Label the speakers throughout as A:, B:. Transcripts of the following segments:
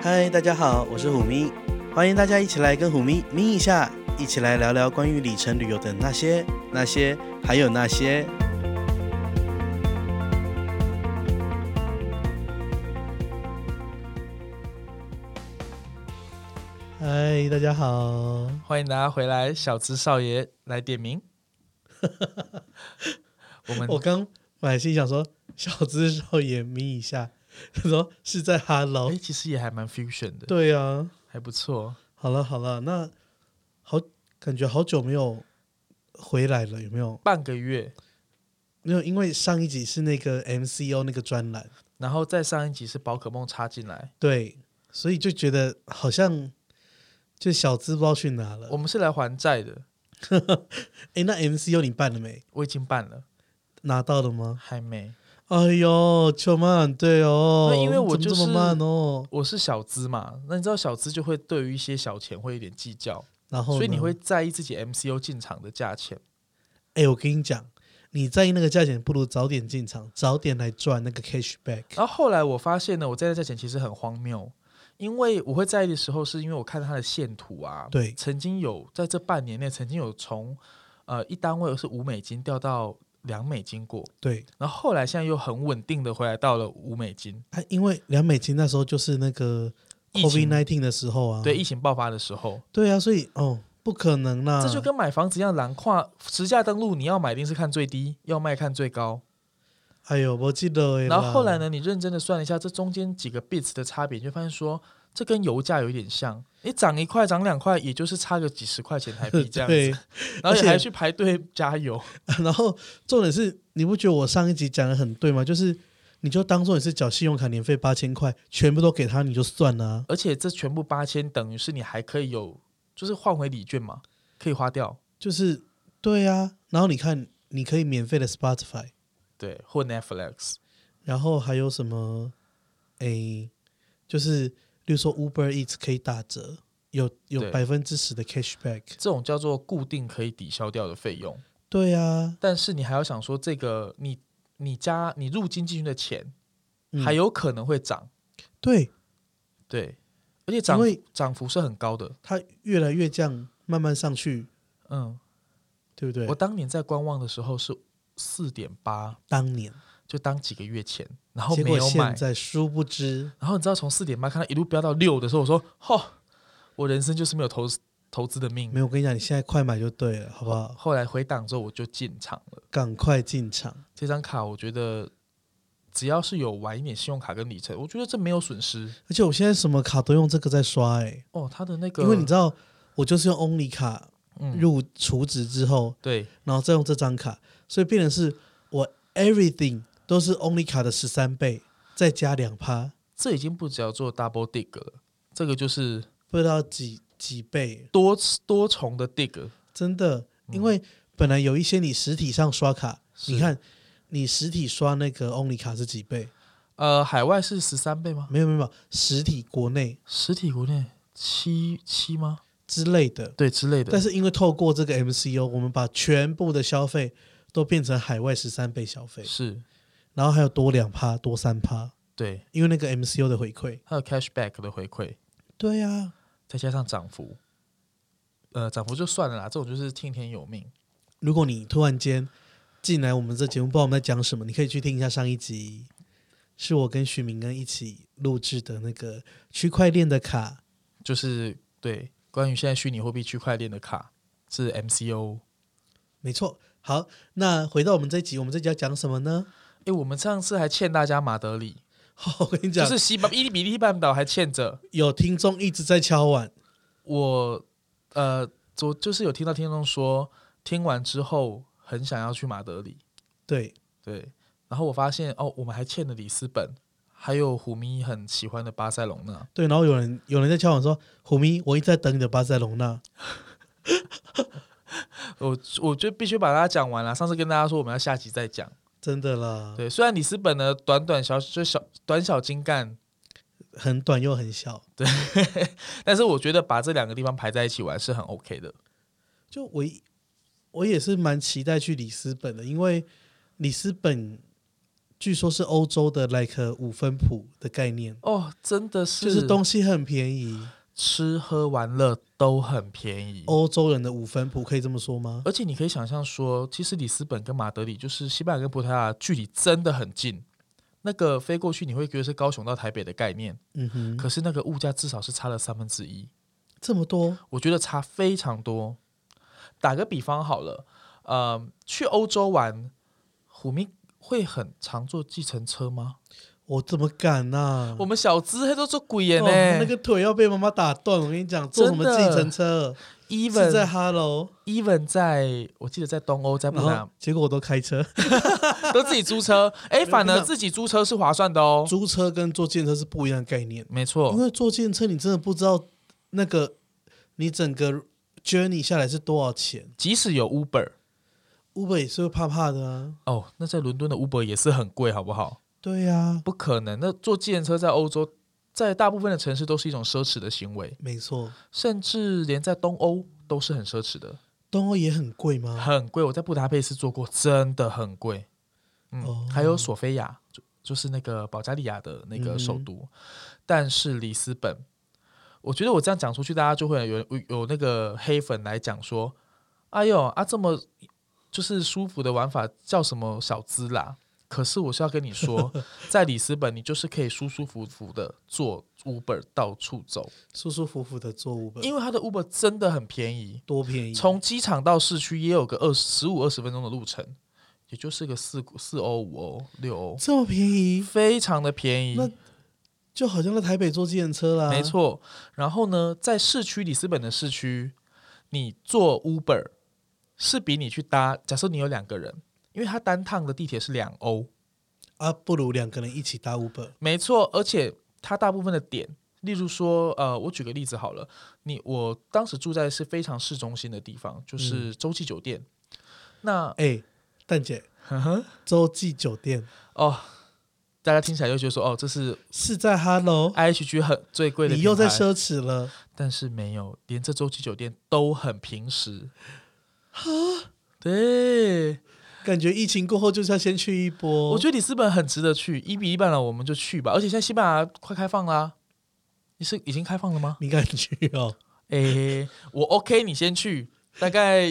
A: 嗨，大家好，我是虎咪，欢迎大家一起来跟虎咪咪一下，一起来聊聊关于里程旅游的那些、那些，还有那些。嗨，大家好，
B: 欢迎大家回来，小资少爷来点名。我们
A: 我刚满心想说小资少爷咪一下，他说是在
B: 哎、
A: Hello，
B: 其实也还蛮 fusion 的，
A: 对啊，
B: 还不错。哦
A: 好了好了，那好，感觉好久没有回来了，有没有？
B: 半个月，
A: 没有，因为上一集是那个 MCO 那个专栏，
B: 然后再上一集是宝可梦插进来，
A: 对，所以就觉得好像就小资不知道去哪了
B: 我。们是来还债的。
A: 诶，那 MCO 你办了没？
B: 我已经办了，
A: 拿到了吗？
B: 还没。
A: 哎呦，秋慢，对哦，
B: 那因为我
A: 怎么
B: 就是
A: 这么慢哦，
B: 我是小资嘛，那你知道小资就会对于一些小钱会有点计较，
A: 然后呢
B: 所以你会在意自己 MCO 进场的价钱。
A: 哎，我跟你讲，你在意那个价钱，不如早点进场，早点来赚那个 cash back。
B: 然后后来我发现呢，我在这价钱其实很荒谬，因为我会在意的时候，是因为我看它的线图啊，
A: 对
B: 曾经有在这半年内曾经有从呃一单位是五美金掉到两美金过，
A: 对，
B: 然后后来现在又很稳定的回来到了五美金。
A: 啊，因为两美金那时候就是那个
B: 疫情
A: COVID nineteen 的时候啊，
B: 对，疫情爆发的时候，
A: 对啊，所以哦，不可能啦，
B: 这就跟买房子一样，难跨实价登录，你要买一定是看最低，要卖看最高。
A: 哎呦，我记得欸啦
B: 然后后来？呢，你认真的算了一下这中间几个 bits 的差别，你就发现说这跟油价有一点像，你涨一块涨两块，也就是差个几十块钱 台币这样
A: 对
B: 子，，然后
A: 而
B: 你
A: 且
B: 还去排队加油，
A: 然后重点是，你不觉得我上一集讲的很对吗？就是你就当做你是缴信用卡年费八千块，全部都给他，你就算了、啊，
B: 而且这全部八千等于是你还可以有，就是换回礼券嘛，可以花掉，
A: 就是对啊。然后你看，你可以免费的 Spotify，
B: 对，或 Netflix，
A: 然后还有什么？诶，就是例如说 Uber Eats 可以打折，有有
B: 对
A: 百分之十的 cashback。
B: 这种叫做固定可以抵消掉的费用，
A: 对啊，
B: 但是你还要想说这个你你加你入金进去的钱
A: 嗯
B: 还有可能会涨，
A: 对，
B: 对，而且
A: 因
B: 涨
A: 为
B: 涨幅是很高的，
A: 它越来越降，慢慢上去，
B: 嗯。
A: 对不对
B: 我？当年在观望的时候是四点八，
A: 当年，
B: 就当几个月前，然后
A: 结
B: 没
A: 果
B: 有
A: 现
B: 买，
A: 在殊不知，
B: 然后你知道从四点八看到一路飙到六的时候，我说：“吼，我人生就是没有投资投资的命。
A: 没有，我跟你讲，你现在快买就对了，好不”好？
B: 后来回档之后我就进场了。
A: 赶快进场。
B: 这张卡我觉得只要是有玩一点信用卡跟里程，我觉得这没有损失
A: 而且我现在什么卡都用这个在刷、欸，
B: 哦。它的那个，
A: 因为你知道，我就是用 Only 卡
B: 嗯，
A: 入储值之后，
B: 对
A: 然后再用这张卡，所以变成是我 everything 都是 Only 卡的十三倍，再加两趴，
B: 这已经不只要做 double dig 了，这个就是
A: 不知道几几倍，
B: 多多重的 dig。
A: 真的。
B: 嗯
A: 因为本来有一些你实体上刷卡，
B: 是
A: 你看你实体刷那个 Only 卡是几倍？
B: 呃，海外是十三倍吗？
A: 没有没有没有，实体国内
B: 实体国内七七吗？
A: 之类的。
B: 对之类的。
A: 但是因为透过这个 MCO，我们把全部的消费都变成海外十三倍消费，
B: 是
A: 然后还有多两趴、多三趴，
B: 对，
A: 因为那个 MCO 的回馈。
B: 还有 cashback 的回馈，
A: 对呀、
B: 再加上涨幅，呃，涨幅就算了啦，这种就是听天由命。
A: 如果你突然间进来我们这节目，不知道我们在讲什么，你可以去听一下上一集，是我跟徐明恩一起录制的那个区块链的卡。
B: 就是对，关于现在虚拟货币区块链的卡是 MCO。
A: 没错，好，那回到我们这一集，我们这集要讲什么呢？
B: 诶，我们上次还欠大家马德里，
A: 我跟你
B: 就
A: 讲，
B: 是西巴伊比利半岛还欠着
A: 有听众一直在敲碗，
B: 我，呃，昨就是有听到听众说，听完之后很想要去马德里，
A: 对，
B: 对，然后我发现哦，我们还欠了里斯本，还有虎咪很喜欢的巴塞隆纳，
A: 对，然后有人有人在敲碗说：“虎咪，我一直在等你的巴塞隆纳。
B: 我我就必须把它讲完了。上次跟大家说我们要下集再讲，”
A: 真的啦，
B: 对。虽然里斯本呢短短小就小短小精干，
A: 很短又很小。
B: 但是我觉得把这两个地方排在一起玩是很 OK 的。
A: 就我一我也是蛮期待去里斯本的，因为里斯本据说是欧洲的 like 五分谱的概念，
B: 哦，真的是，
A: 就是东西很便宜。
B: 吃喝玩乐都很便宜。
A: 欧洲人的五分谱可以这么说吗？
B: 而且你可以想象说，其实里斯本跟马德里，就是西班牙跟葡萄牙距离真的很近。那个飞过去，你会觉得是高雄到台北的概念，
A: 嗯哼，
B: 可是那个物价至少是差了三分之一，
A: 这么多，
B: 我觉得差非常多。打个比方好了，呃，去欧洲玩，虎明会很常坐计程车吗？
A: 我怎么敢呐、
B: 我们小资还都做鬼眼呢、
A: 嗯哦那个腿要被妈妈打断，我跟你讲，坐什么
B: 真
A: 计
B: 的
A: 程车？是在
B: even
A: Hello，
B: even 在我记得在东欧，在
A: 然
B: 不南
A: 后结果我都开车，
B: 都自己租车， 哎、
A: 有
B: 反
A: 不一
B: 而
A: 样
B: 自己租车是划算的哦。
A: 租车跟坐电车是不一样的概念，
B: 没
A: 因
B: 错，
A: 为坐电车你真的不知道那个你整个 journey 下来是多少钱
B: 即使有 Uber，
A: ，Uber 也是会怕怕的啊。
B: 哦，那在伦敦的 Uber 也是很贵，好不好？
A: 对啊呀、
B: 不可能，那坐计程车在欧洲，在大部分的城市都是一种奢侈的行为，
A: 没错，
B: 甚至连在东欧都是很奢侈的，
A: 东欧也很贵吗？
B: 很贵。我在布达佩斯坐过，真的很贵。嗯，
A: 哦
B: 还有索菲亚，就就是那个保加利亚的那个首都，但是里斯本，我觉得我这样讲出去，大家就会有有有那个黑粉来讲说，哎呦啊，这么就是舒服的玩法叫什么小资啦？可是我是要跟你说，在里斯本你就是可以舒舒服服的坐 Uber 到处走，
A: 舒舒服服的坐 Uber，
B: 因为它的 Uber 真的很便宜，
A: 多便宜，
B: 从机场到市区也有个二十五二十分钟的路程，也就是个四四欧五欧六欧，
A: 这么便宜，
B: 非常的便宜。
A: 那啊就好像在台北坐计程车啦。
B: 没，错。然后呢，在市区里斯本的市区，你坐 Uber 是比你去搭，假设你有两个人，因为它单趟的地铁是两欧，
A: 啊，不如两个人一起搭 Uber。
B: 没错。而且它大部分的点，例如说，呃，我举个例子好了，你我当时住在是非常市中心的地方，就是洲际酒店。 那
A: 哎、蛋姐，洲际酒店
B: 哦，大家听起来就觉得说，哦，这是
A: 是在 Hello，
B: IHG 很最贵的，
A: 你又在，奢侈了。
B: 但是没有，连这洲际酒店都很平时。
A: 啊
B: 对，
A: 感觉疫情过后就是要先去一波。
B: 我觉得里斯本很值得去，一比一半了，我们就去吧。而且现在西班牙快开放啦，你是已经开放 了吗？
A: 你敢去哦？
B: 诶、我 OK，你先去，大概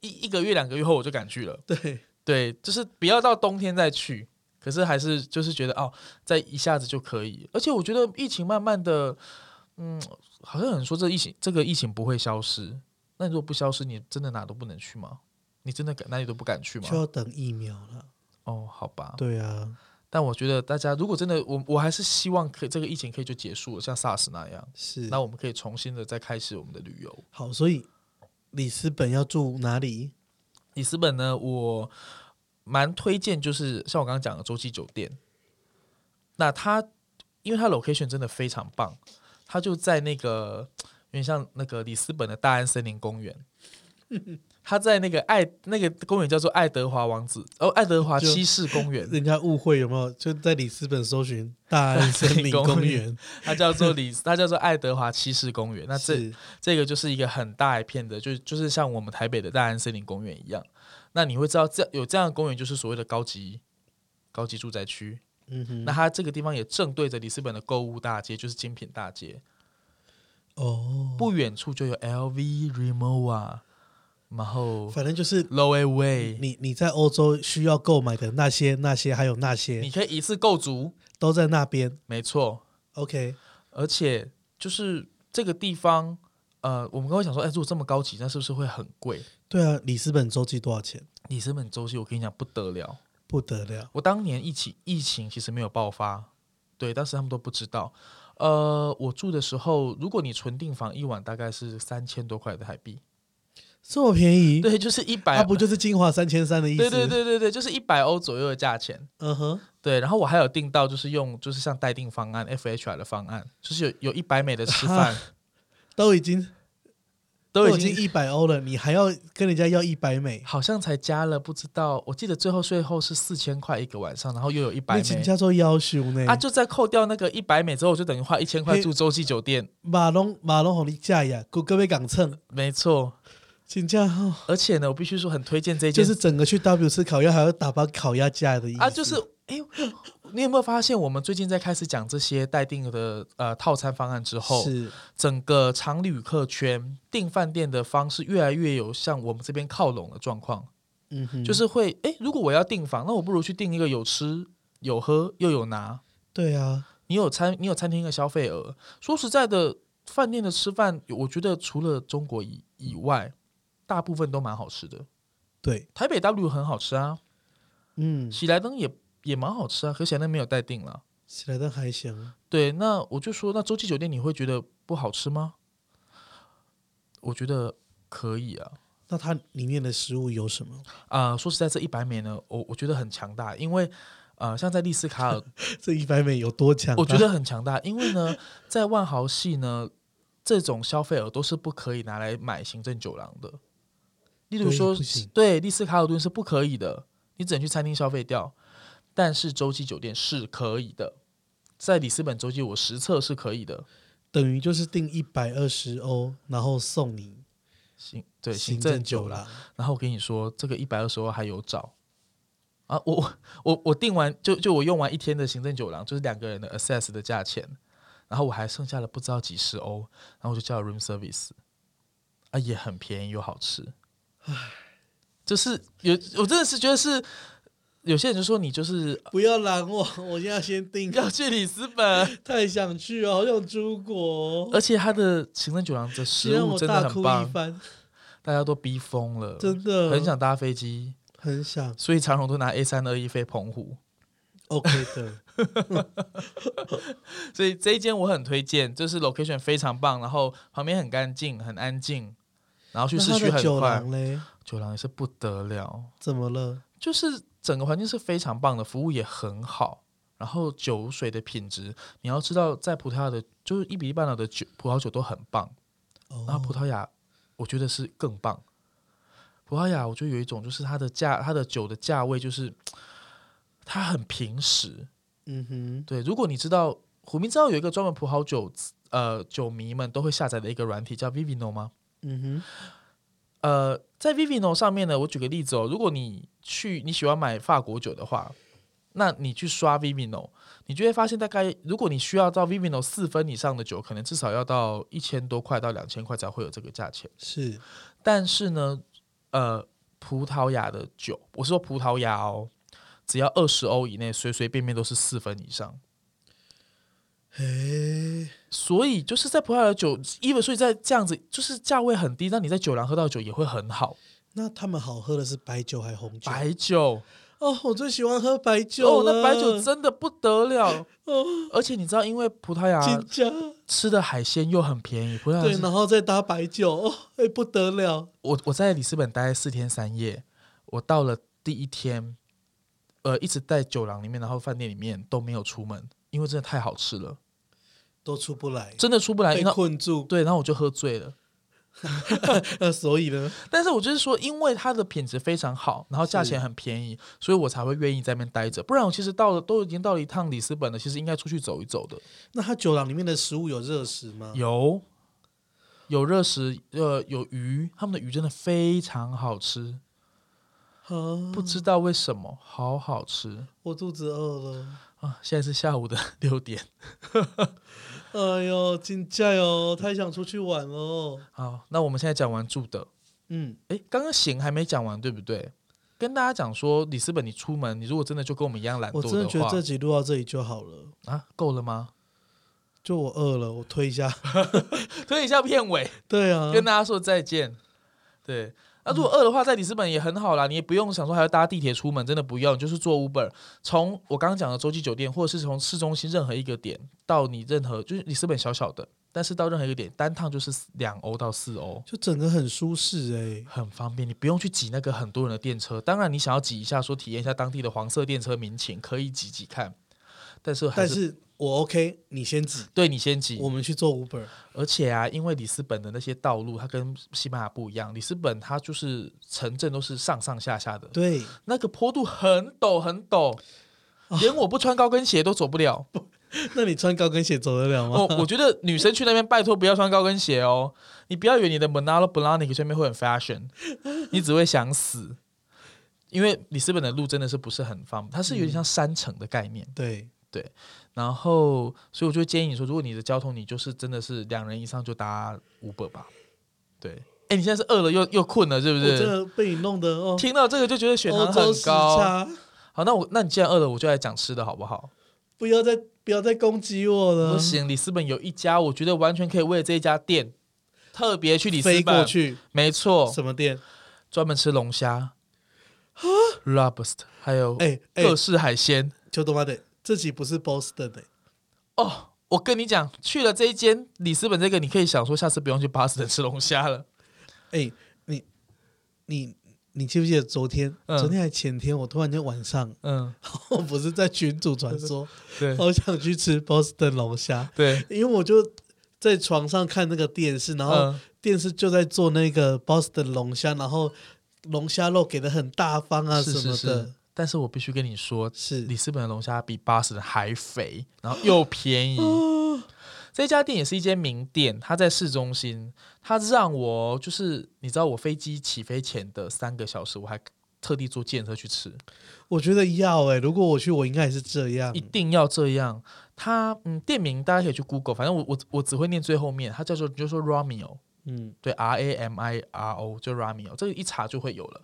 B: 一一个月、两个月后我就敢去了。
A: 对，
B: 对，就是不要到冬天再去。可是还是就是觉得哦，在一下子就可以，而且我觉得疫情慢慢的，嗯，好像有人说这疫情这个疫情不会消失。那你如果不消失，你真的哪都不能去吗？你真的敢哪里都不敢去吗
A: 就？要等疫苗了。
B: 哦，好吧。
A: 对啊，
B: 但我觉得大家如果真的，我我还是希望可以这个疫情可以就结束了，像 SARS 那样，
A: 是。
B: 那我们可以重新的再开始我们的旅游。
A: 好，所以里斯本要住哪里？
B: 里斯本呢，我蛮推荐，就是像我刚刚讲的洲际酒店。那它因为它 location 真的非常棒，它就在那个有点像那个里斯本的大安森林公园。它在那个爱那个公园叫做爱德华王子哦，爱德华
A: 就
B: 七世公园，
A: 人家误会有没有？就在里斯本搜寻大安森林
B: 公
A: 公
B: 园
A: 园。
B: 它叫做里，它叫做爱德华七世公 园。那这
A: 是
B: 这个就是一个很大一片的，就就是像我们台北的大安森林公园一样。那你会知道，这有这样的公园就是所谓的高级高级住宅区。
A: 嗯哼，
B: 那它这个地方也正对着里斯本的购物大街，就是精品大街。
A: 哦，
B: 不远处就有 LV、Rimowa，然后
A: 反正就是
B: Low Away，
A: 你你在欧洲需要购买的那些、那些还有那些
B: 你可以一次购足，
A: 都在那边。
B: 没错。
A: OK，
B: 而且就是这个地方，呃，我们刚刚想说，哎，如果这么高级，那是不是会很贵？
A: 对啊，里斯本洲际多少钱？
B: 里斯本周期，我跟你讲不得了。
A: 不得了，
B: 我当年疫情疫情其实没有爆发，对，当时他们都不知道。呃，我住的时候，如果你纯订房一晚大概是三千多块的台币，
A: 这么便宜，
B: 对，就是一百、
A: 那、不就是精华三千三的意思？
B: 对对，对对对，就是一百欧左右的价钱。
A: 嗯哼，
B: 对，然后我还有订到，就是用就是像待定方案 FHR 的方案，就是有有一百美的吃饭，
A: 都已经
B: 都已
A: 已经
B: 经
A: 一百欧了，你还要跟人家要一百美？
B: 好像才加了不知道，我记得最后税后是四千块一个晚上，然后又有一百
A: 那
B: 美
A: 请叫做要求呢？
B: 啊，就再扣掉那个一百美之后，我就等于花一千块
A: 嘿
B: 住洲际酒店，
A: 马龙马龙红利价呀，谷歌被港秤，
B: 没错。
A: 请假哦，
B: 而且呢，我必须说很推荐这一件
A: 就
B: 事
A: 是整个去 W 吃烤鸭还要打包烤鸭架的意思
B: 啊，就是哎、呦，你有没有发现我们最近在开始讲这些待定的呃套餐方案之后，
A: 是
B: 整个常旅客圈订饭店的方式越来越有向我们这边靠拢的状况，
A: 嗯哼，
B: 就是会哎、如果我要订房，那我不如去订一个有吃有喝又有拿，
A: 对啊，
B: 你有餐你有餐厅的消费额。说实在的，饭店的吃饭，我觉得除了中国以以外，大部分都蛮好吃的。
A: 对，
B: 台北 W 很好吃啊，
A: 嗯，
B: 喜来登也也蛮好吃啊，可喜来登没有待定了。
A: 喜来登还行，
B: 对，那我就说，那洲际酒店你会觉得不好吃吗？我觉得可以啊。
A: 那它里面的食物有什么？
B: 啊、说实在，这一百美呢，我我觉得很强大，因为呃，像在丽思卡尔，
A: 这一百美有多强啊？
B: 我觉得很强大，因为呢，在万豪系呢，这种消费额都是不可以拿来买行政酒廊的。例如
A: 对
B: 说
A: 不行，
B: 对丽思卡尔顿是不可以的，你只能去餐厅消费掉。但是洲际酒店是可以的，在里斯本洲际我实测是可以的。
A: 等于就是定一百二十欧，然后送你
B: 行，对，
A: 行
B: 行
A: 政
B: 政
A: 酒
B: 酒廊。
A: 廊，
B: 然后我跟你说，这个一百二十欧还有找啊！我我我我订完就就我用完一天的行政酒廊，就是两个人的 assess 的价钱，然后我还剩下了不知道几十欧，然后我就叫了 room service，啊，也很便宜又好吃，唉，就是有我真的是觉得是有些人就说你就是
A: 不要拦我，我现在先订，
B: 要去里斯本，
A: 太想去哦，好想出国哦，
B: 而且他的行政酒廊的
A: 你
B: 呃食
A: 让
B: 物
A: 我
B: 真的
A: 大哭
B: 很
A: 一
B: 棒，
A: 番，
B: 大家都逼疯了，
A: 真的
B: 很想搭飞机，
A: 很想
B: 所以长荣都拿 A 三二一飞澎湖。
A: ，OK 的，
B: 所以这一间我很推荐，就是 location 非常棒，然后旁边很干净、很安静，然 后去市
A: 那
B: 区
A: 他的酒
B: 很快
A: 廊。嘞，
B: 酒廊也是不得了，
A: 怎么了？
B: 就是整个环境是非常棒的，服务也很好，然后酒水的品质，你要知道，在葡萄牙的，就是一比一半岛的酒葡萄酒都很棒，然后葡
A: 哦，
B: 萄牙我觉得是更棒。葡萄牙我觉得有一种就是它的价，它的酒的价位就是它很平实，
A: 嗯哼，
B: 对，如果你知道虎明知道有一个专门葡萄酒呃酒迷们都会下载的一个软体叫 Vivino 吗？
A: 嗯
B: 呃，在 Vivino 上面呢，我举个例子哦，如果你去你喜欢买法国酒的话，那你去刷 Vivino，你就会发现大概如果你需要到 Vivino 四分以上的酒，可能至少要到一千多块到两千块才会有这个价钱。
A: 哼，是
B: 但是呢，呃，葡萄牙的酒，我是说葡萄牙哦，只要二十欧以内，随随便便都是四分以上。
A: 嘿，
B: 所以就是在葡萄牙的酒，even 所以在这样子，就是价位很低，那你在酒廊喝到酒也会很好。
A: 那他们好喝的是白酒还是红酒？
B: 白酒，
A: 哦，我最喜欢喝白酒
B: 哦，
A: 了，
B: 那白酒真的不得了。
A: 哦，
B: 而且你知道，因为葡萄牙
A: 紧张，
B: 吃的海鲜又很便宜，葡萄牙
A: 对，
B: 啊是
A: 然后再搭白酒，哦，哎不得了，
B: 我我在里斯本待四天三夜，我到了第一天，呃，一直在酒廊里面，然后饭店里面都没有出门，因为真的太好吃了，
A: 都出不来，
B: 真的啊出不来。
A: 被
B: 然后
A: 困住，
B: 对，然后我就喝醉了。
A: 那所以呢，
B: 但是我就是说，因为它的品质非常好，然后价钱很便宜，所以我才会愿意在那边待着。不然我其实到了都已经到了一趟里斯本了，其实应该出去走一走的。
A: 那它酒廊里面的食物有热食吗？
B: 有有热食，呃，有鱼，他们的鱼真的非常好吃，
A: 啊，
B: 不知道为什么好好吃
A: 我肚子饿了。
B: 啊！现在是下午的六点，
A: 哎呦，真假哦，太想出去玩了。哦
B: 好，那我们现在讲完住的，
A: 嗯，
B: 诶，刚刚行还没讲完，对不对？跟大家讲说，里斯本你出门，你如果真的就跟我们一样懒
A: 我
B: 惰
A: 真的觉得
B: 话
A: 这集录到这里就好了。
B: 啊，够了 吗？
A: 就我饿了，我推一下。
B: 推一下片尾。
A: 对啊，
B: 跟大家说再见。对，那、如果饿的话，在里斯本也很好啦，你也不用想说还要搭地铁出门，真的不用，你就是坐 Uber，从我刚刚讲的洲际酒店，或者是从市中心任何一个点到你任何就是里斯本小小的，但是到任何一个点，单趟就是两欧到四欧。
A: 就整个很舒适哎、
B: 很方便，你不用去挤那个很多人的电车。当然，你想要挤一下，说体验一下当地的黄色电车民情，可以挤挤看。但是还
A: 但
B: 是
A: 是我 OK，你先挤，
B: 对你先挤，
A: 我们去做 Uber。
B: 而且啊，因为里斯本的那些道路，它跟西班牙不一样。里斯本它就是城镇都是上上下下的，
A: 对，
B: 那个坡度很陡很陡，连我不穿高跟鞋都走不了。
A: 那你穿高跟鞋走得了吗？
B: 我我觉得女生去那边，拜托不要穿高跟鞋哦。你不要以为你的 Manolo Blahnik 下面会很 fashion，你只会想死。因为里斯本的路真的是不是很方便，它是有点像山城的概念。
A: 对，
B: 然后，所以我就建议你说，如果你的交通你就是真的是两人以上就搭 Uber 吧。对，哎，你现在是饿了又又困了，是不
A: 我
B: 是？
A: 真的被你弄得哦，
B: 听到这个就觉得血
A: 欧
B: 糖
A: 洲
B: 很
A: 时
B: 高。
A: 差，嗯
B: 好，那我那你既然饿了，我就来讲吃的好不好？
A: 不要再不要再攻击我了，
B: 不行，里斯本有一家，我觉得完全可以为了这一家店特别去里斯
A: 飞过
B: 本。
A: 去
B: 没错，
A: 什么店？
B: 专门吃龙虾 lobster，还有
A: 哎哎，
B: 各式海鲜。
A: 秋冬妈的，这集不是 Boston 哎，
B: 哦，我跟你讲，去了这一间里斯本这个，你可以想说下次不用去巴斯顿吃龙虾了。
A: 哎，你你你记不记得昨天？
B: 嗯
A: 昨天还前天，我突然间晚上，
B: 嗯，
A: 我不是在群组传说，
B: 对
A: 好想去吃 Boston 龙虾，
B: 对，
A: 因为我就在床上看那个电视，然后
B: 嗯
A: 电视就在做那个 Boston 龙虾，然后龙虾肉给的很大方啊
B: 是
A: 什么
B: 是
A: 的，
B: 是。但是我必须跟你说，
A: 是
B: 里斯本的龙虾比巴斯顿还肥，然后又便宜。哦这家店也是一间名店，它在市中心。它让我就是你知道，我飞机起飞前的三个小时，我还特地坐电车去吃。
A: 我觉得要哎、如果我去，我应该也是这样
B: 一。定要这样。它嗯，店名大家可以去 Google，反正我我我只会念最后面，它叫做你就说 Ramio，
A: 嗯，
B: 对，R A M I R O，就 Ramio，这个一查就会有了。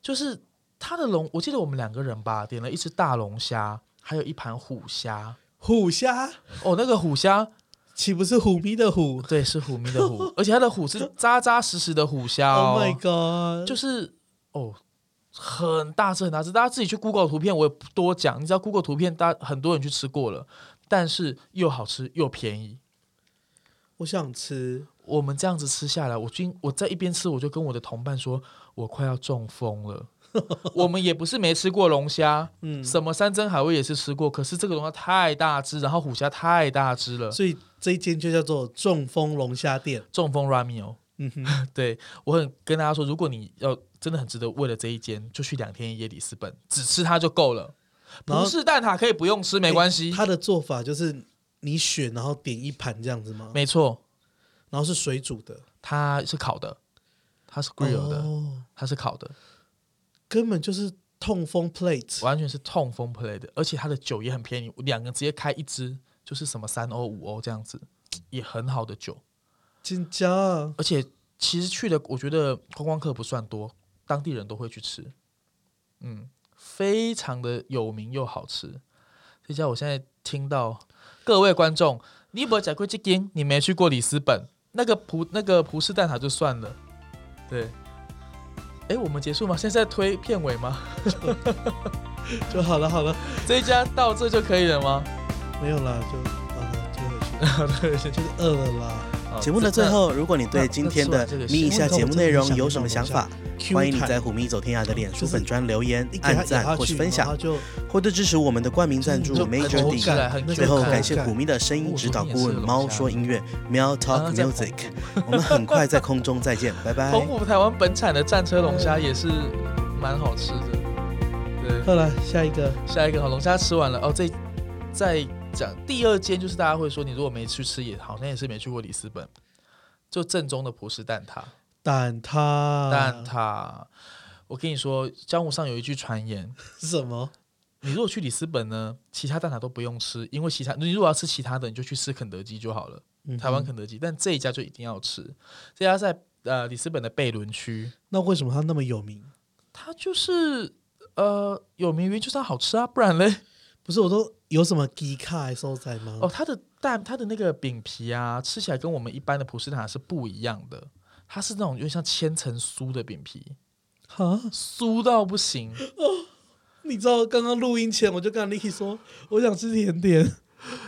B: 就是它的龙，我记得我们两个人吧，点了一只大龙虾，还有一盘虎虾。
A: 虎虾
B: 哦，那个虎虾，
A: 岂不是虎咪的虎
B: 对，是虎咪的虎，而且它的虎是扎扎实实的虎虾哦
A: ？Oh my god！
B: 就是哦，很大只很大只，大家自己去 Google 图片，我也不多讲。你知道 Google 图片，大家很多人去吃过了，但是又好吃又便宜。
A: 我想吃，
B: 我们这样子吃下来，我今我在一边吃，我就跟我的同伴说，我快要中风 了。我们也不是没吃过龙虾，
A: 嗯，
B: 什么山珍海味也是吃过，可是这个龙虾太大只，然后虎虾太大只了，
A: 所以这一间就叫做中风龙虾店。
B: 中风 Ramio。
A: 嗯哼，
B: 对我很跟大家说，如果你要真的很值得为了这一间，就去两天一夜里斯本，只吃它就够了。
A: 然后哎
B: 不是蛋挞可以不用吃，没关系。
A: 它的做法就是你选，然后点一盘这样子吗？
B: 没错，
A: 然后是水煮的
B: 它是烤的，它是 grill 的，
A: 哦，
B: 它是烤的，
A: 根本就是痛风 plate。
B: 完全是痛风 play 的，而且它的酒也很便宜，两个直接开一支就是什么三欧五欧这样子，也很好的酒。
A: 金家啊，
B: 而且其实去的，我觉得观光客不算多，当地人都会去吃，嗯，非常的有名又好吃。这家我现在听到各位观众，你有没有讲过这间？你没去过里斯本，那个葡那个葡式蛋挞就算了，对。哎，我们结束吗？现在在推片尾吗？
A: 就好了好了，
B: 这一家到这就可以了吗？
A: 没有啦，就好了，就回去， 就是饿了啦。
B: 好
C: 节目的
B: 哦这
C: 最后，如果你
B: 呃那
C: 对今天
B: 那
C: 的
B: 吃完这个先
C: 咪以下节目内容有什么想法，
A: Q
C: 欢迎你
A: 弹
C: 在虎咪走天涯的脸
A: 就
C: 书
A: 是
C: 粉专留言
A: 一、给它
C: 按
A: 咬
C: 赞
A: 下
C: 或是
A: 去
C: 分
A: 然后
C: 享，
A: 就
C: 或者支持我们的冠名赞助
B: 就
C: Major
B: 口
C: D
B: 感。很
A: 那个
C: 最后
A: 口
C: 感谢
A: 感
C: 虎咪的声音指导顾问猫说音乐 Meow
B: 啊
C: Talk
B: 在
C: Music，我们很快在空中再见，拜拜。
B: 澎湖台湾本产的战车龙
C: 嗯
B: 虾也是蛮好吃的，对。
A: 好了，下一个
B: 下一个好，龙虾吃完了哦，这再讲第二间就是大家会说你如果没去吃也好像也是没去过里斯本，就正宗的葡式蛋
C: 啊
B: 挞，
A: 蛋挞，
B: 蛋挞。我跟你说，江湖上有一句传言，
A: 是什么？
B: 你如果去里斯本呢，其他蛋挞都不用吃，因为其他你如果要吃其他的，你就去吃肯德基就好了，
A: 嗯哼
B: 台湾肯德基。但这一家就一定要吃，这家在呃里斯本的贝伦区，
A: 那为什么它那么有名？
B: 它就是呃有名于就是它好吃啊，不然嘞。
A: 不是，我都有什么低卡还收在吗？
B: 哦，它的蛋，它的那个饼皮啊，吃起来跟我们一般的葡式塔是不一样的，它是那种有点像千层酥的饼皮，
A: 哈，
B: 酥到不行。
A: 你知道刚刚录音前我就跟 Niki 说，我想吃甜点，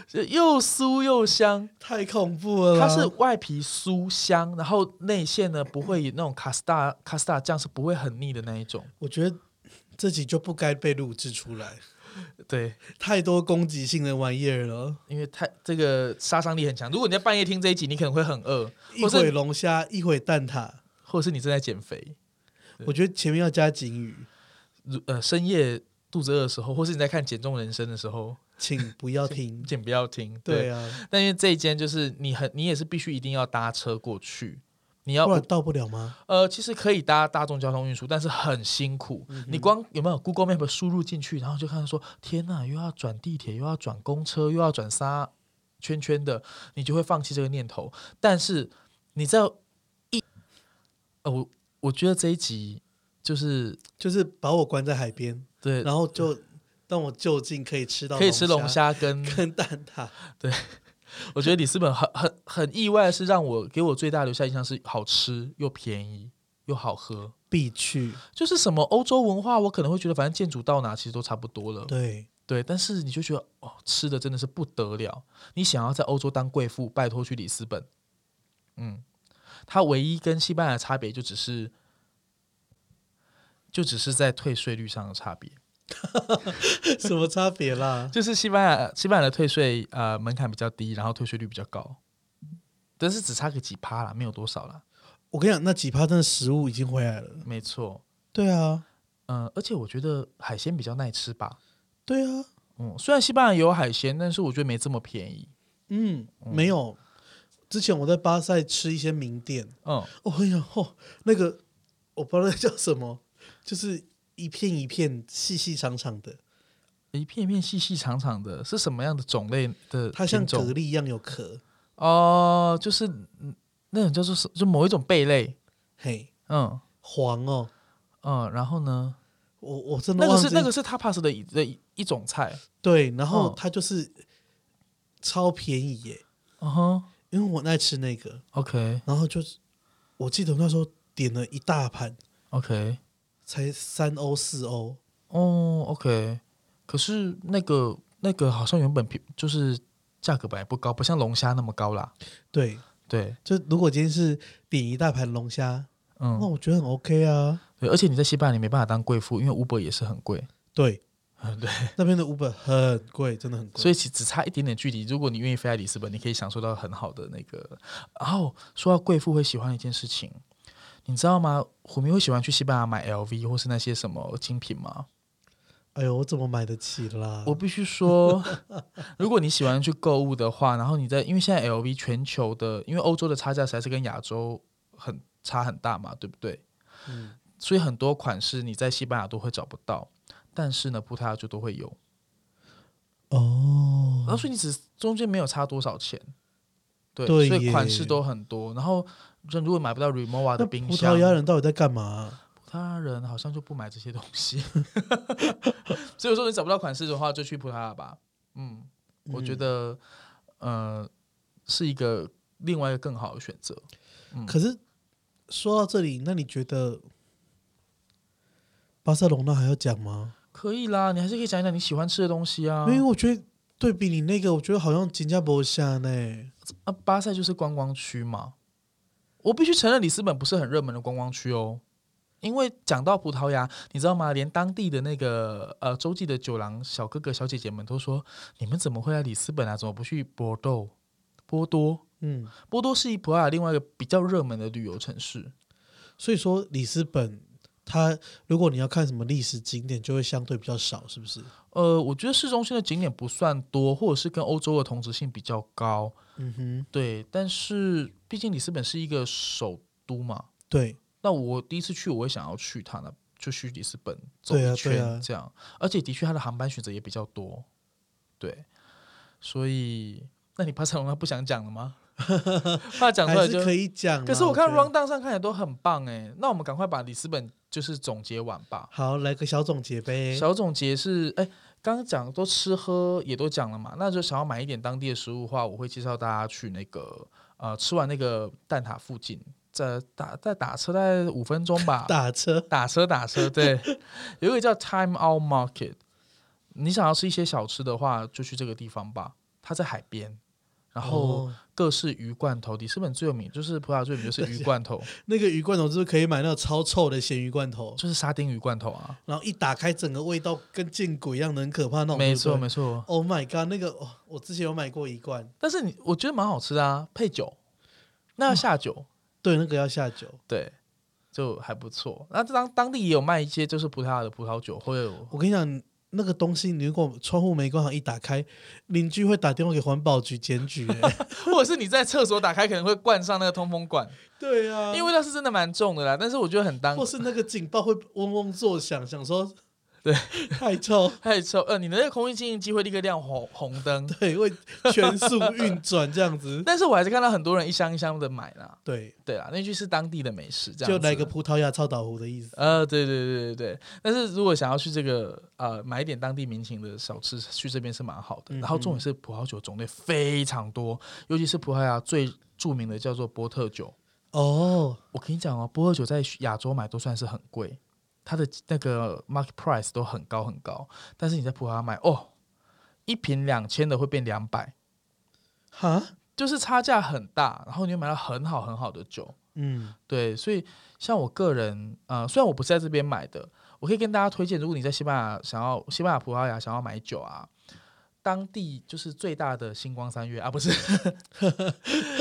B: 就又酥又香，
A: 太恐怖了啦。
B: 它是外皮酥香，然后内馅呢不会有那种卡斯达卡斯达酱是不会很腻的那一种。
A: 我觉得这集就不该被录制出来，
B: 对，
A: 太多攻击性的玩意儿了。
B: 因为太这个杀伤力很强。如果你在半夜听这一集，你可能会很饿，
A: 一
B: 或是
A: 会龙虾，一会蛋挞。
B: 或者是你正在减肥，
A: 我觉得前面要加警语，
B: 如呃深夜肚子饿的时候，或是你在看《减重人生》的时候，
A: 请不要 听。
B: 请不要听。
A: 对啊，
B: 但因为这一间就是你很，你也是必须一定要搭车过去。你要
A: 不然到不了吗？
B: 呃，其实可以搭大众交通运输，但是很辛苦。
A: 嗯
B: 你光有没有 Google Map 输入进去，然后就看说，天哪，又要转地铁，又要转公车，又要转沙圈圈的，你就会放弃这个念头。但是你在一，呃，我我觉得这一集就是
A: 就是把我关在海边，
B: 对，
A: 然后就让我就近可以吃到
B: 可以吃龙虾 跟
A: 跟蛋 挞。
B: 我觉得里斯本很很很意外，是让我给我最大留下印象是好吃又便宜又好喝，
A: 必去。
B: 就是什么欧洲文化，我可能会觉得反正建筑到哪其实都差不多了，
A: 对，
B: 对。但是你就觉得哦，吃的真的是不得了。你想要在欧洲当贵妇，拜托去里斯本。嗯，它唯一跟西班牙的差别就只是，就只是在退税率上的差别。
A: 什么差别啦？
B: 就是西班牙，西班牙的退税呃门槛比较低，然后退税率比较高，但是只差个几趴啦，没有多少啦。
A: 我跟你讲，那几趴真的食物已经回来了。
B: 没错，
A: 对啊，
B: 嗯、而且我觉得海鲜比较耐吃吧。
A: 对啊，
B: 嗯，虽然西班牙也有海鲜，但是我觉得没这么便宜。
A: 嗯，没有。之前我在巴塞吃一些名店，
B: 嗯，
A: 哦，哎呀，哦，那个我不知道那叫什么，就是一片一片细细长长的，
B: 一片一片细细长长的，是什么样的种类的品种？
A: 它像蛤蜊一样有壳，
B: 哦、就是嗯那种叫做什，就某一种贝类。
A: 嘿，
B: 嗯
A: 黄哦，
B: 嗯，然后呢，
A: 我我真的
B: 那个
A: 忘记
B: 是那个是 tapas 的一的一一种菜。
A: 对，然后
B: 嗯
A: 它就是超便宜耶，
B: 嗯哼
A: 因为我很爱吃那个，
B: ，OK
A: 然后就是我记得那时候点了一大盘，
B: OK。
A: 才三欧四欧，
B: 哦，OK，可是那个那个好像原本平就是价格本来不高，不像龙虾那么高啦。
A: 对，
B: 对，
A: 就如果今天是点一大盘龙虾，那
B: 嗯，
A: 我觉得很 OK 啊。
B: 对，而且你在西班牙你没办法当贵妇，因为 Uber 也是很贵，
A: 对，
B: 嗯，对，
A: 那边的 Uber 很贵，真的很贵。
B: 所
A: 以
B: 以其只差一点点距离。如果你愿意飞来里斯本，你可以享受到很好的那个。然后说到贵妇会喜欢的一件事情，你知道吗？虎迷会喜欢去西班牙买 LV 或是那些什么精品吗？
A: 哎呦，我怎么买得起啦？
B: 我必须说， 如果你喜欢去购物的话，然后你在因为现在 LV 全球的，因为欧洲的差价实在是跟亚洲很差很大嘛，对不对？
A: 嗯
B: 所以很多款式你在西班牙都会找不到，但是呢，葡萄牙就都会有。
A: 哦，
B: 然后所以你只中间没有差多少钱，对，
A: 对
B: 所以
A: 耶
B: 款式都很多。然后就如果买不到 Remova
A: 那
B: 的冰
A: 葡
B: 箱，
A: 萄牙人到底在干嘛啊？
B: 葡萄牙人好像就不买这些东西， 所以说你找不到款式的话，就去葡萄牙吧。嗯，我觉
A: 嗯
B: 得、呃是一个另外一个更好的选择。嗯
A: 可是说到这里，那你觉得巴塞隆那还要讲吗？
B: 可以啦，你还是可以讲一讲你喜欢吃的东西啊
A: 因。为我觉得对比你那个，我觉得好像新加坡下呢。
B: 啊，巴塞就是观光区嘛。我必须承认，里斯本不是很热门的观光区哦。因为讲到葡萄牙，你知道吗？连当地的那个呃洲际的酒廊小哥哥小姐姐们都说：“你们怎么会来里斯本啊？怎么不去波豆、波多？”
A: 嗯，
B: 波多是葡萄牙另外一个比较热门的旅游城市。
A: 所以说里斯本，它如果你要看什么历史景点，就会相对比较少，是不是？
B: 呃，我觉得市中心的景点不算多，或者是跟欧洲的同质性比较高。
A: 嗯哼，
B: 对，但是毕竟里斯本是一个首都嘛，
A: 对，
B: 那我第一次去，我也想要去它呢，就去里斯本走
A: 对啊
B: 一
A: 对啊
B: 圈这样。而且的确，它的航班选择也比较多。对，所以那你巴塞罗那不想讲了 吗？怕讲出
A: 还
B: 来
A: 是
B: 就
A: 可。以讲啦。啊
B: 可是我看
A: 觉得
B: round down 上看起来都很棒哎、那我们赶快把里斯本就是总结完吧。
A: 好，来个小总结呗。
B: 小总结是，哎，刚刚讲都吃喝也都讲了嘛，那就想要买一点当地的食物的话，我会介绍大家去那个呃，吃完那个蛋挞附近，再打再打车大概五分钟吧，
A: 打车，
B: 打车打车，对， 有一个叫 Time Out Market，你想要吃一些小吃的话，就去这个地方吧，它在海边。然后
A: 哦
B: 各式鱼罐头，里斯本最有名就是葡萄牙最有名就是鱼罐 头，
A: 那个鱼罐头是不是可以买那种超臭的咸鱼罐头？
B: 就是沙丁鱼罐头啊，
A: 然后一打开，整个味道跟见鬼一样，很可怕那种。
B: 没错
A: 错。
B: 没错。
A: Oh my god，那个、哦、我之前有买过一罐，
B: 但是你我觉得蛮好吃的啊，配酒，那要下酒，
A: 对，那个要下酒。
B: 对，就还不错。那当当地也有卖一些就是葡萄牙的葡萄酒，会有
A: 我跟你讲，那个东西，你如果窗户没关好一打开，邻居会打电话给环保局检 举、欸。
B: 或者是你在厕所打开可能会灌上那个通风管，
A: 对啊，
B: 因为味道是真的蛮重的啦。但是我觉得很当
A: 或是那个警报会嗡嗡作响，想说
B: 对
A: 太臭，
B: 太臭，呃，你的那个空气清新机会立刻亮红红灯。。
A: 对，会全速运转这样子
B: 但是我还是看到很多人一箱一箱的买啦。
A: 对，
B: 对啦，那句是当地的美食，这样
A: 就
B: 子
A: 来个葡萄牙臭岛湖的意思。
B: 呃，对对对对对，但是如果想要去这个呃买一点当地民情的小吃，去这边是蛮好的。然后重点是葡萄酒种类非常多，尤其是葡萄牙最著名的叫做波特酒。
A: 哦，
B: 我跟你讲哦，波特酒在亚洲买都算是很贵，它的那个 market price 都很高很高，但是你在葡萄牙买哦，一瓶两千的会变两百，
A: 哈，
B: 就是差价很大。然后你又买到很好很好的酒，
A: 嗯，
B: 对，所以像我个人，呃，虽然我不是在这边买的，我可以跟大家推荐，如果你在西班牙想要西班牙葡萄牙想要买酒啊，当地就是最大的星光三月啊，不是，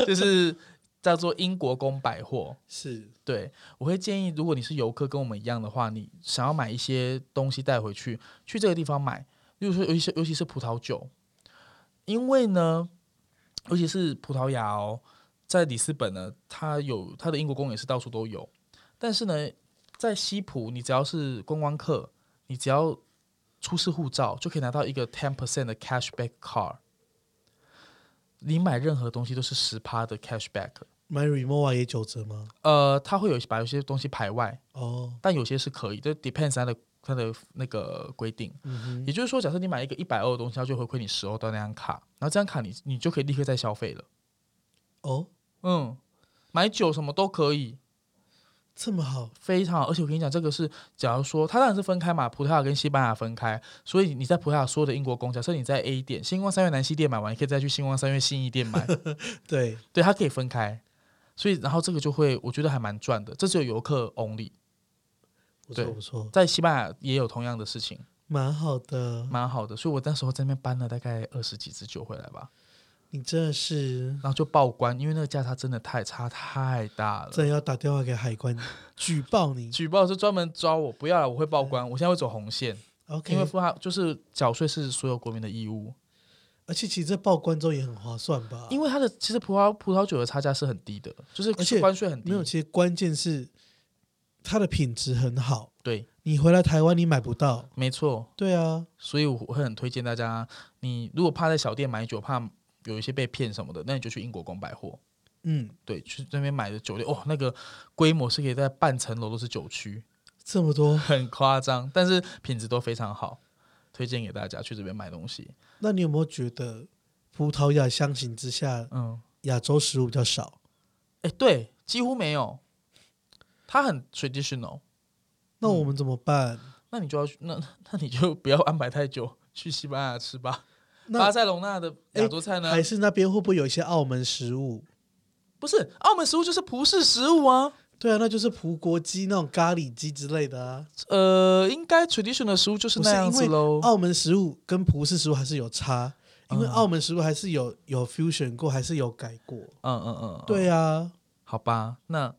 B: 就是叫做英国公百货。
A: 是
B: 对，我会建议，如果你是游客跟我们一样的话，你想要买一些东西带回去，去这个地方买，例如说，尤其是尤其是葡萄酒，因为呢，尤其是葡萄牙哦，在里斯本呢，它有它的英国公园是到处都有，但是呢，在西葡，你只要是观光客，你只要出示护照，就可以拿到一个 ten percent 的 cashback card，你买任何东西都是十趴的 cashback。
A: 买 remova 也九折吗？
B: 呃，它会有把有些东西排外，
A: 哦，
B: 但有些是可以，这 depends 它的它的那个规定。
A: 嗯
B: 也就是说，假设你买一个一百欧的东西，它就回馈你十欧到那张卡，然后这张卡你你就可以立刻再消费了。
A: 哦，
B: 嗯，买酒什么都可以，
A: 这么好，
B: 非常好。而且我跟你讲，这个是假如说它当然是分开嘛，葡萄牙跟西班牙分开，所以你在葡萄牙所有的英国公，假设你在 A 店星光三月南西店买完，你可以再去星光三月信义店买，
A: 对，
B: 对，它可以分开。所以，然后这个就会，我觉得还蛮赚的。这只有游客 only，
A: 不错
B: 对
A: 不错，
B: 在西班牙也有同样的事情。
A: 蛮好的。
B: 蛮好的，所以我那时候在那边搬了大概二十几支酒回来吧，
A: 你真的是
B: 然后就报关，因为那个价差真的太差太大了。
A: 真的要打电话给海 关举报你。
B: 举报是专门抓我，不要了，我会报关，我现在会走红线，因为
A: OK，
B: 付他就是缴税是所有国民的义务，
A: 而且其实这报关之后也很划算吧？
B: 因为它的其实葡萄葡萄酒的差价是很低的，就是
A: 啊而且
B: 关税很低
A: 没，有，其实关键是它的品质很好，
B: 对，
A: 你回来台湾你买不到。
B: 没错，
A: 对啊，
B: 所以我会很推荐大家，你如果怕在小店买酒，怕有一些被骗什么的，那你就去英国公百货，
A: 嗯，
B: 对，去那边买的酒店，哦，那个规模是可以在半层楼都是酒区。
A: 这么多，
B: 很夸张，但是品质都非常好，推荐给大家去这边买东西。
A: 那你有没有觉得葡萄牙相形之下，
B: 嗯，
A: 亚洲食物比较少？
B: 哎、对，几乎没有，它很 traditional。
A: 那
B: 嗯
A: 我们怎么办？
B: 那你就要去，那那你就不要安排太久，去西班牙吃吧。巴
A: 那
B: 塞隆纳的亚洲菜呢？
A: 还是那边会不会有一些澳门食物？
B: 不是，澳门食物就是葡式食物啊。
A: 对啊，那就是葡国鸡那种咖喱鸡之类的啊。
B: 呃，应该 traditional 食物就是
A: 不是
B: 那样子
A: 因为
B: 喽。
A: 澳门食物跟葡式食物还是有差，因为
B: 嗯
A: 澳门食物还是有有 fusion 过，还是有改过。
B: 嗯嗯嗯，嗯，
A: 对啊，
B: 好吧，那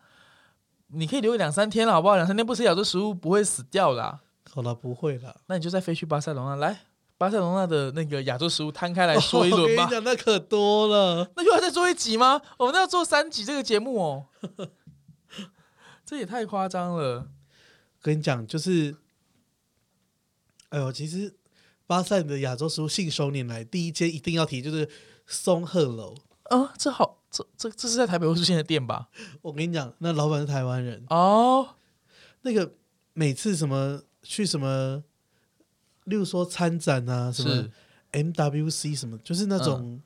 B: 你可以留个两三天了，好不好？两三天不吃亚洲食物不会死掉啦。
A: 好了，不会啦。
B: 那你就再飞去巴塞隆纳，来巴塞隆纳的那个亚洲食物摊开来说 一
A: 我跟
B: 轮吧。
A: 你讲，那可多了。
B: 那又要再做一集吗？我们要做三集这个节目哦， 这也太夸张了。
A: 跟你讲，就是，哎呦，其实巴塞的亚洲食物信手拈来，第一间一定要提就是松鹤楼。
B: 啊，这好，这这这是在台北会出现的店吧？
A: 我跟你讲，那老板是台湾人，
B: 哦，
A: 那个每次什么去什么，例如说参展啊，什么
B: 是嗯
A: MWC 什么，就是那种、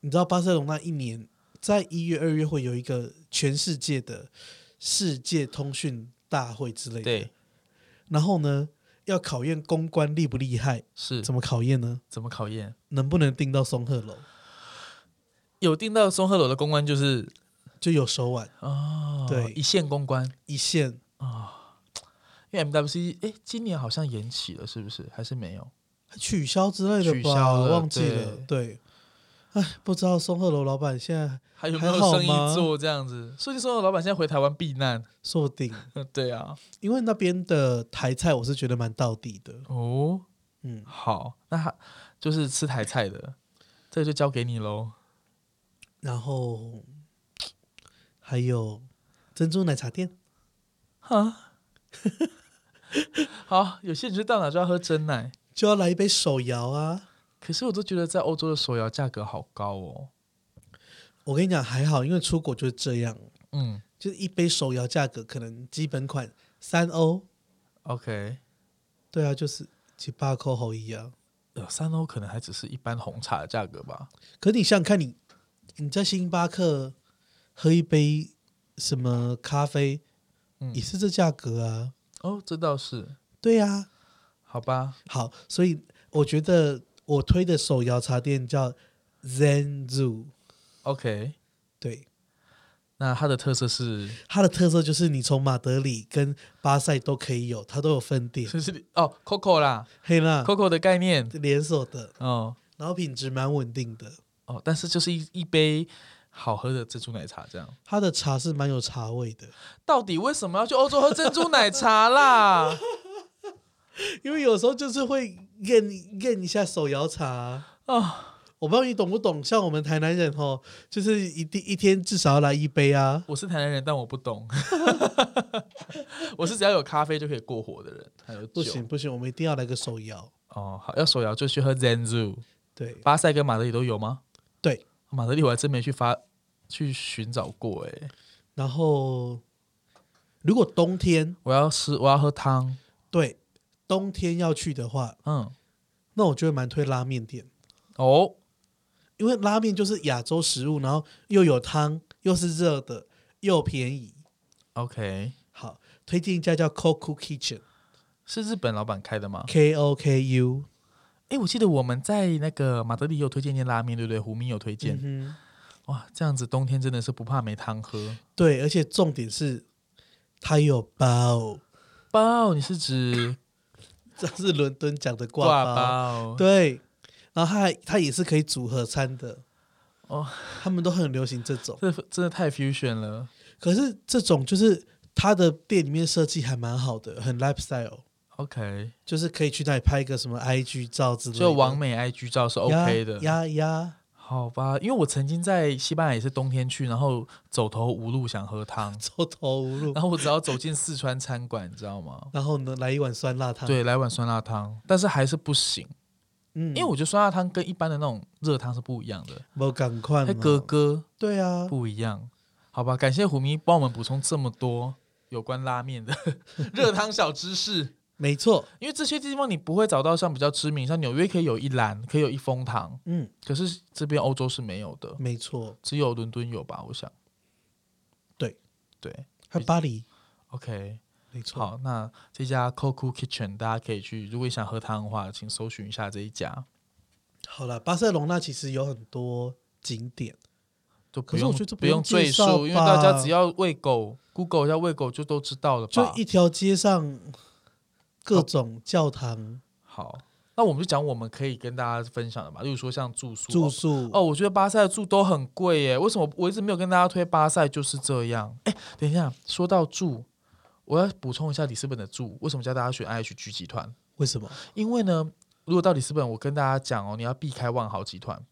A: 你知道巴塞隆那一年在一月、二月会有一个全世界的世界通讯大会之类的
B: 对，，
A: 然后呢要考验公关厉不厉害，
B: 是
A: 怎么考验呢？
B: 怎么考验？
A: 能不能订到松鹤楼，
B: 有订到松鹤楼的公关就是
A: 就有手腕
B: 哦，
A: 对
B: 一线公关，
A: 一线。
B: 因为 MWC 哎，今年好像延期了，是不是？还是没有？
A: 取消之类的吧，
B: 取消了
A: 忘记了。对，哎，不知道松鹤楼老板现在
B: 还有没有
A: 还好
B: 生意
A: 吗
B: 做这样子？所以松鹤楼老板现在回台湾避难。
A: 说不定
B: 对啊，
A: 因为那边的台菜我是觉得蛮到底的，
B: 哦，
A: 嗯，
B: 好，那他就是吃台菜的，这个就交给你喽。
A: 然后还有珍珠奶茶店，
B: 哈， 好，有些人就到哪就要喝真奶，
A: 就要来一杯手摇啊。
B: 可是我都觉得在欧洲的手摇价格好高哦。
A: 我跟你讲还好，因为出国就是这样，
B: 嗯
A: 就是一杯手摇价格可能基本款三欧，
B: ，OK，
A: 对啊，就是七八扣好一样。
B: 呃，三欧可能还只是一般红茶的价格吧。
A: 可你想想看你，你在星巴克喝一杯什么咖啡，
B: 嗯
A: 也是这价格啊？
B: 哦，这倒是，
A: 对啊，
B: 好吧，
A: 好，所以我觉得我推的手摇茶店叫 Zen Zoo，
B: OK，
A: 对，
B: 那它的特色是，
A: 它的特色就是你从马德里跟巴塞都可以有，它都有分店，
B: 就是哦，Coco 啦
A: 嘿啦，
B: ，Coco 的概念，
A: 连锁的，
B: 哦
A: 然后品质蛮稳定的，
B: 哦，但是就是一一杯好喝的珍珠奶茶这样。
A: 它的茶是蛮有茶味的，
B: 到底为什么要去欧洲喝珍珠奶茶啦？
A: 因为有时候就是会验验一下手摇茶啊。
B: 啊，
A: 我不知道你懂不懂，像我们台南人吼，就是一定一天至少要来一杯啊。
B: 我是台南人，但我不懂。 我是只要有咖啡就可以过火的人，还有
A: 不
B: 酒。
A: 行不行，我们一定要来个手摇。
B: 哦，好，要手摇就去喝 Zenzu。
A: 对
B: 巴塞跟马德里都有吗？
A: 对，
B: 马德里我还真没去发去寻找过哎、
A: 然后如果冬天
B: 我要吃，我要喝汤。
A: 对冬天要去的话，
B: 嗯，
A: 那我就会蛮推拉面店，
B: 哦，
A: 因为拉面就是亚洲食物，然后又有汤，又是热的，又便宜。
B: OK，
A: 好，推荐一家叫 Koku Kitchen，K
B: 是日本老板开的吗？
A: O K U。
B: 哎，我记得我们在那个马德里有推荐一间拉面，对不对？胡明有推荐。
A: 嗯
B: 哇，这样子冬天真的是不怕没汤喝。
A: 哼，对，而且重点是它有包，
B: 包，你是指
A: 这是伦敦讲的挂
B: 挂
A: 包。
B: 包？
A: 对，然后它还它也是可以组合餐的
B: 哦，
A: 他们都很流行这种。
B: 这真的太 fusion 了。
A: 可是这种就是它的店里面设计还蛮好的，很 lifestyle，
B: OK，
A: 就是可以去那里拍个什么 IG 照之类的，
B: 就完美 IG 照是 OK 的。
A: 呀呀，
B: 好吧，因为我曾经在西班牙也是冬天去，然后走投无路想喝 汤，
A: 走投无路，
B: 然后我只要走进四川餐馆，你知道吗？
A: 然后呢来一碗酸辣汤。，
B: 对，来碗酸辣汤，但是还是不行，
A: 嗯，
B: 因为我觉得酸辣汤跟一般的那种热汤是不一样的，
A: 我赶快
B: 它格格
A: 对啊，
B: 不一样。好吧，感谢虎迷帮我们补充这么多有关拉面的 热汤小知识。
A: 没错，
B: 因为这些地方你不会找到像比较知名，像纽约可以有一兰，可以有一风堂，
A: 嗯，
B: 可是这边欧洲是没有的，
A: 没错，
B: 只有伦敦有吧？我想。
A: 对
B: 对
A: 还有巴黎，
B: ，OK，
A: 没错，
B: 好，那这家 Coco Kitchen 大家可以去，如果你想喝汤的话，请搜寻一下这一家，
A: 好了，巴塞隆纳其实有很多景点，
B: 就
A: 可
B: 不
A: 是
B: 用
A: 我觉得这不
B: 不用
A: 用
B: 赘
A: 介绍
B: 述，因为
A: 吧
B: 大家只要喂狗，Google 一下喂狗就都知道了吧
A: 就？一条街上各种教
B: 哦
A: 堂、
B: 好，那我们就讲我们可以跟大家分享的吧，例如说像住宿，
A: 住宿
B: 哦，我觉得巴塞的住都很贵耶，为什么我一直没有跟大家推巴塞就是这样？哎，等一下，说到住，我要补充一下里斯本的住，为什么叫大家选 IHG 集团？
A: 为什么？
B: 因为呢，如果到里斯本，我跟大家讲哦，你要避开万豪集团。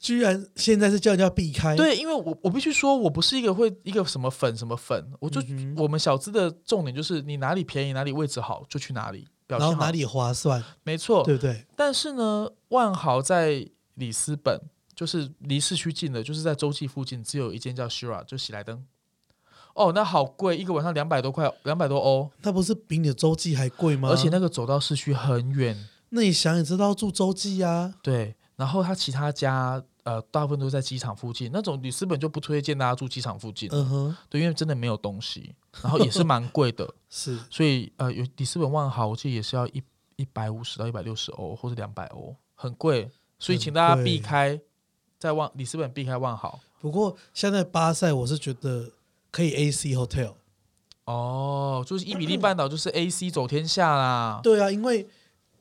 A: 居然现在是叫人家避开？，
B: 对，因为我我必须说，我不是一个会一个什么粉什么粉，我就、
A: 嗯
B: 我们小资的重点就是你哪里便宜哪里位置好就去哪里，表
A: 然
B: 现
A: 后
B: 好
A: 哪里划算，
B: 没错。
A: 对不对？
B: 但是呢，万豪在里斯本，就是离市区近的，就是在洲际附近，只有一间叫 Shira，就喜来登。哦，那好贵，一个晚上两百多块，两百多欧，
A: 那不是比你的洲际还贵吗？
B: 而且那个走到市区很远。
A: 那你想也知道住洲际啊，
B: 对，然后它其他家呃，大部分都在机场附近，那种里斯本就不推荐大家住机场附近，
A: 嗯哼，
B: 对，因为真的没有东西，然后也是蛮贵的，
A: 是
B: 所以呃，有里斯本万豪，我记得也是要一一百五十到一百六十欧，或者两百欧，很贵。所以请大家
A: 很贵
B: 避开在万里斯本避开万豪
A: 不过现在巴塞，我是觉得可以 AC hotel。
B: 哦，就是伊比利半岛就是 A C 走天下啦。
A: 对啊，因为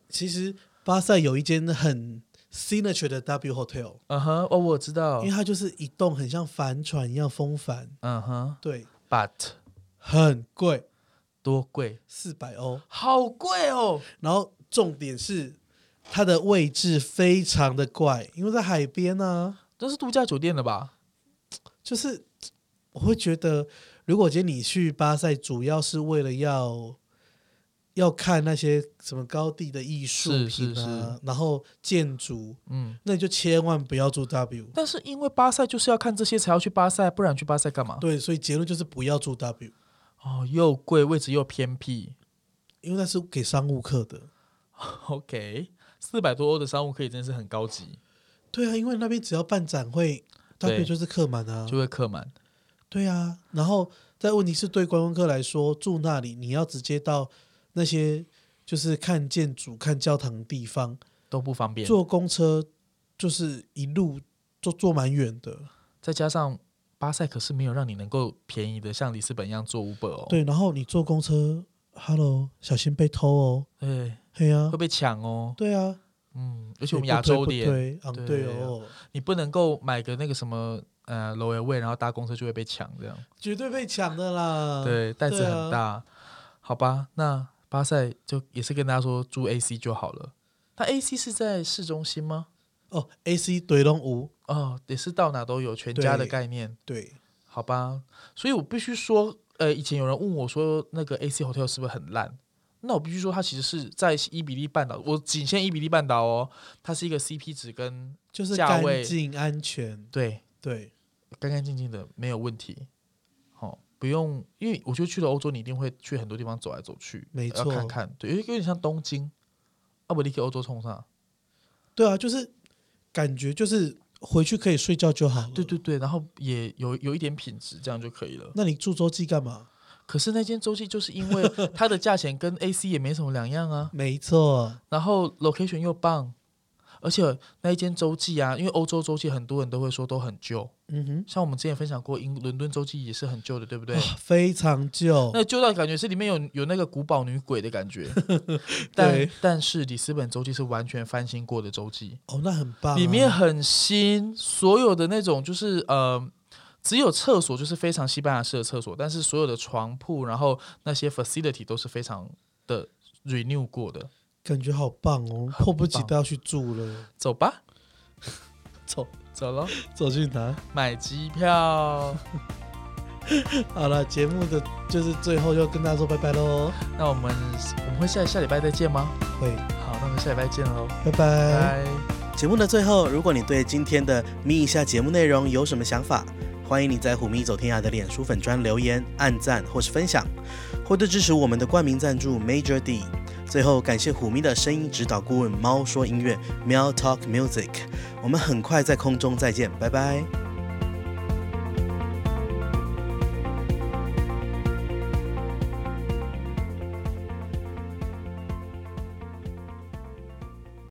A: 其实巴塞有一间很 signature 的 W hotel，
B: 嗯哼，哦，我知道
A: 因为，它就是一栋很像帆船一样风帆，
B: 嗯哼
A: 对，
B: ，But
A: 很贵，
B: 多贵，
A: 四百欧，
B: 好贵哦。
A: 然后重点是它的位置非常的怪，因为在海边啊，
B: 那是度假酒店的吧？
A: 就是我会觉得，如果今天你去巴塞，主要是为了要要看那些什么高地的艺术品啊，
B: 是是是
A: 然后建筑，
B: 嗯，
A: 那你就千万不要住 W。
B: 但是因为巴塞就是要看这些才要去巴塞，不然去巴塞干嘛？
A: 对，所以结论就是不要住 W，
B: 哦，又贵，位置又偏僻。
A: 因为那是给商务客的。
B: OK，四百多欧的商务可以真是很高级，
A: 对啊，因为那边只要办展会
B: 对
A: ，W 就是客满啊。
B: 就会客满。
A: 对啊，然后但问题是对观光客来说，住那里你要直接到那些就是看建筑、看教堂的地方，
B: 都不方便。
A: 坐公车就是一路坐坐蛮远的。
B: 再加上巴塞可是没有让你能够便宜的像里斯本一样坐 Uber 哦，
A: 对，然后你坐公车，Hello，小心被偷哦。
B: 对，
A: 嘿啊
B: 哎会，被抢哦。
A: 对啊，
B: 嗯，而且我们亚洲
A: 也不
B: 脸，
A: 推不推昂
B: 对啊
A: 对哦，
B: 你不能够买个那个什么呃 l o w 位，然后搭公车就会被抢这样。
A: 绝对被抢的啦。
B: 对，袋子
A: 对啊
B: 很大，好吧？那巴塞就也是跟大家说住 AC 就好了。那 AC 是在市中心吗？
A: 哦，AC 对龙五，
B: 哦，也是到哪都有全家的
A: 对
B: 概念，
A: 对，
B: 好吧？所以我必须说，呃，以前有人问我说那个 AC hotel 是不是很烂？那我必须说，它其实是在伊比利半岛，我仅限伊比利半岛哦，它是一个 CP 值跟
A: 就是
B: 价
A: 干
B: 位
A: 净、安全，
B: 对
A: 对，
B: 干干净净的，没有问题。好、不用，因为我觉得去了欧洲，你一定会去很多地方走来走去，
A: 没
B: 要
A: 错
B: 看看，对，有有点像东京。啊阿伯利克欧洲冲上，
A: 对啊，就是感觉就是回去可以睡觉就好了。
B: 啊对对对，然后也有有一点品质，这样就可以了。
A: 那你住洲际干嘛？
B: 可是那间洲际就是因为它的价钱跟 AC 也没什么两样啊，
A: 没错，
B: 然后 location 又棒，而且那一间洲际啊，因为欧洲洲际很多人都会说都很旧，
A: 嗯哼，
B: 像我们之前分享过，英伦敦洲际也是很旧的，对不对？
A: 啊非常旧。
B: 那旧到感觉是里面有有那个古堡女鬼的感 觉，但
A: 对
B: 但是里斯本洲际是完全翻新过的洲际，
A: 哦，那很棒啊、
B: 里面很新，所有的那种就是呃，只有厕所就是非常西班牙式的厕所，但是所有的床铺，然后那些 facility 都是非常的 renew 过的。
A: 感觉好棒哦，
B: 很
A: 迫不及
B: 棒
A: 待要去住了。
B: 走吧，走走了，
A: 走去哪？
B: 买机票。
A: 好了，节目的就是最后要跟大家说拜拜喽，
B: 那我们我们会下下礼拜再见吗？
A: 喂，
B: 好，那我们下礼拜见喽，
A: 拜拜
B: 拜。
C: 节目的最后，如果你对今天的咪一下节目内容有什么想法，欢迎你在虎咪走天涯的脸书粉专留言、按赞或是分享，或者支持我们的冠名赞助 Major D。最后，感谢虎咪的声音指导顾问猫说音乐喵 Talk Music。我们很快在空中再见，拜拜。